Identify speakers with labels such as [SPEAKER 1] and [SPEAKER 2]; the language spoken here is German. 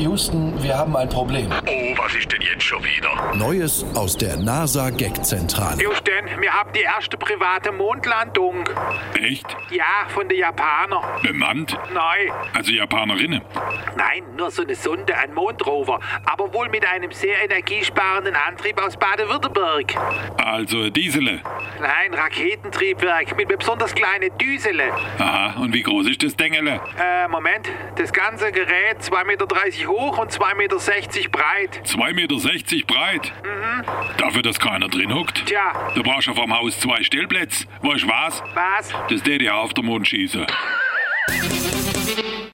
[SPEAKER 1] Houston, wir haben ein Problem.
[SPEAKER 2] Oh, was ist denn jetzt schon wieder?
[SPEAKER 3] Neues aus der NASA-Gag-Zentrale.
[SPEAKER 4] Houston, wir haben die erste private Mondlandung.
[SPEAKER 2] Echt?
[SPEAKER 4] Ja, von den Japanern.
[SPEAKER 2] Bemannt?
[SPEAKER 4] Nein,
[SPEAKER 2] Also Japanerinnen?
[SPEAKER 4] nein, nur so eine Sonde, ein Mondrover. Aber wohl mit einem sehr energiesparenden Antrieb aus Baden-Württemberg.
[SPEAKER 2] Also Diesele.
[SPEAKER 4] Nein, Raketentriebwerk mit einer besonders kleinen Düsele.
[SPEAKER 2] Aha, und wie groß ist das Dengele?
[SPEAKER 4] Äh, Moment. Das ganze Gerät 2,30 Meter hoch und 2,60 Meter breit.
[SPEAKER 2] 2,60 Meter breit. Dafür, dass keiner drin hockt?
[SPEAKER 4] Tja.
[SPEAKER 2] Du brauchst ja vom Haus zwei Stellplätze. Weißt du was?
[SPEAKER 4] Was?
[SPEAKER 2] Das täte ja auf den Mond schießen.